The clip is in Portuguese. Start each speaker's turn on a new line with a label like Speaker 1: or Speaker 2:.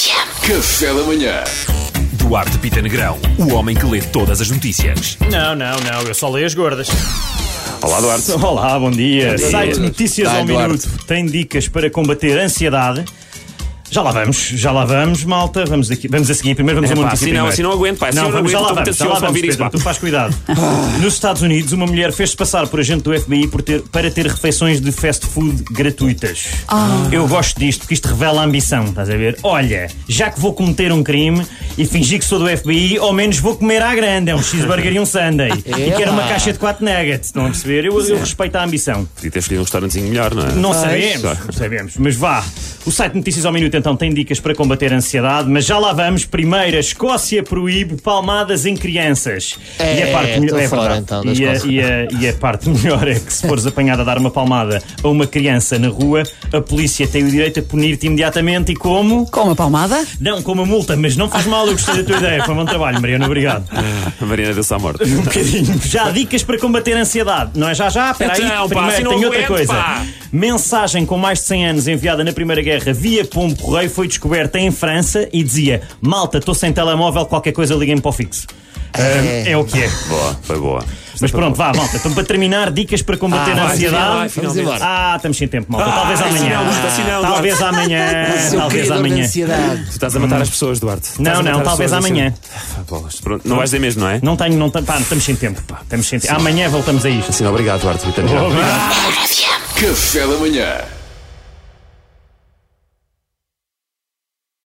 Speaker 1: Café da manhã.
Speaker 2: Duarte Pita Negrão, o homem que lê todas as notícias.
Speaker 3: Não, não, não, eu só leio as gordas.
Speaker 2: Olá, Duarte.
Speaker 3: Olá, bom dia. Site Notícias
Speaker 2: Dai,
Speaker 3: ao
Speaker 2: Duarte.
Speaker 3: Minuto tem dicas para combater a ansiedade. Já lá vamos, já lá vamos, malta. Vamos, daqui, vamos a seguir. Primeiro vamos a
Speaker 2: É,
Speaker 3: uma
Speaker 2: pá,
Speaker 3: notícia.
Speaker 2: assim não,
Speaker 3: primeiro.
Speaker 2: assim não aguento, pá, assim eu
Speaker 3: não,
Speaker 2: não
Speaker 3: vamos já
Speaker 2: aguento,
Speaker 3: lá
Speaker 2: estou muito
Speaker 3: vamos. Já lá
Speaker 2: ansioso para
Speaker 3: vamos,
Speaker 2: ouvir isto,
Speaker 3: Pedro,
Speaker 2: pá.
Speaker 3: tu faz cuidado. Nos Estados Unidos, uma mulher fez-se passar por agente do FBI por ter- para ter refeições de fast food gratuitas. Eu gosto disto, porque isto revela a ambição, estás a ver? Olha, já que vou cometer um crime e fingir que sou do FBI, ao menos vou comer à grande. É um cheeseburger e um sundae. E quero uma caixa de 4 nuggets, estão a perceber? Eu, eu respeito a ambição.
Speaker 2: Podia ter escolhido um restaurantezinho melhor, não é?
Speaker 3: Não sabemos, não sabemos, mas vá. O site Notícias ao Minuto então tem dicas para combater a ansiedade, mas já lá vamos. Primeiro, a Escócia proíbe palmadas em crianças.
Speaker 4: É, estou fora,
Speaker 3: verdade.
Speaker 4: então, da
Speaker 3: e, a,
Speaker 4: Escócia.
Speaker 3: e, a, e a parte melhor é que se fores apanhado a dar uma palmada a uma criança na rua, a polícia tem o direito a punir-te imediatamente e como?
Speaker 5: Com uma palmada?
Speaker 3: Não, com uma multa, mas não faz mal, eu gostei da tua ideia. Foi um bom trabalho, Mariana, obrigado.
Speaker 2: A Mariana deu-se à morte.
Speaker 3: Um bocadinho. Já há dicas para combater a ansiedade. Não é já já? Espera aí.
Speaker 2: Então, pá,
Speaker 3: Primeiro,
Speaker 2: assim não
Speaker 3: tem outra
Speaker 2: aguento,
Speaker 3: coisa.
Speaker 2: pá.
Speaker 3: Mensagem com mais de 100 anos enviada na Primeira Guerra via pombo correio foi descoberta em França e dizia: Malta, estou sem telemóvel, qualquer coisa liguem-me para o fixo. Ah, É. o que é.
Speaker 2: Boa, foi boa.
Speaker 3: Mas pronto, vá, malta. Então, para terminar, dicas para combater
Speaker 4: Ah,
Speaker 3: a
Speaker 4: vai,
Speaker 3: ansiedade.
Speaker 2: vai,
Speaker 4: Vamos embora.
Speaker 3: Ah, estamos sem tempo, malta.
Speaker 2: Ah,
Speaker 3: Talvez
Speaker 2: assim
Speaker 3: amanhã.
Speaker 2: não, Duarte, assim não, Duarte.
Speaker 3: Talvez amanhã.
Speaker 4: Seu
Speaker 3: Talvez
Speaker 4: criador de
Speaker 3: amanhã.
Speaker 4: ansiedade.
Speaker 2: Tu estás a matar as pessoas, Duarte. Estás
Speaker 3: Não,
Speaker 2: a matar
Speaker 3: não,
Speaker 2: as
Speaker 3: talvez
Speaker 2: pessoas,
Speaker 3: amanhã.
Speaker 2: assim. Ah, Hum. bolas, pronto, não vais dizer mesmo, não é?
Speaker 3: Não tenho, não tenho. Pá, estamos sem tempo, pá. Estamos sem tempo. Amanhã voltamos a isto.
Speaker 2: Assim, obrigado, Duarte. Muito obrigado.
Speaker 1: Café da manhã.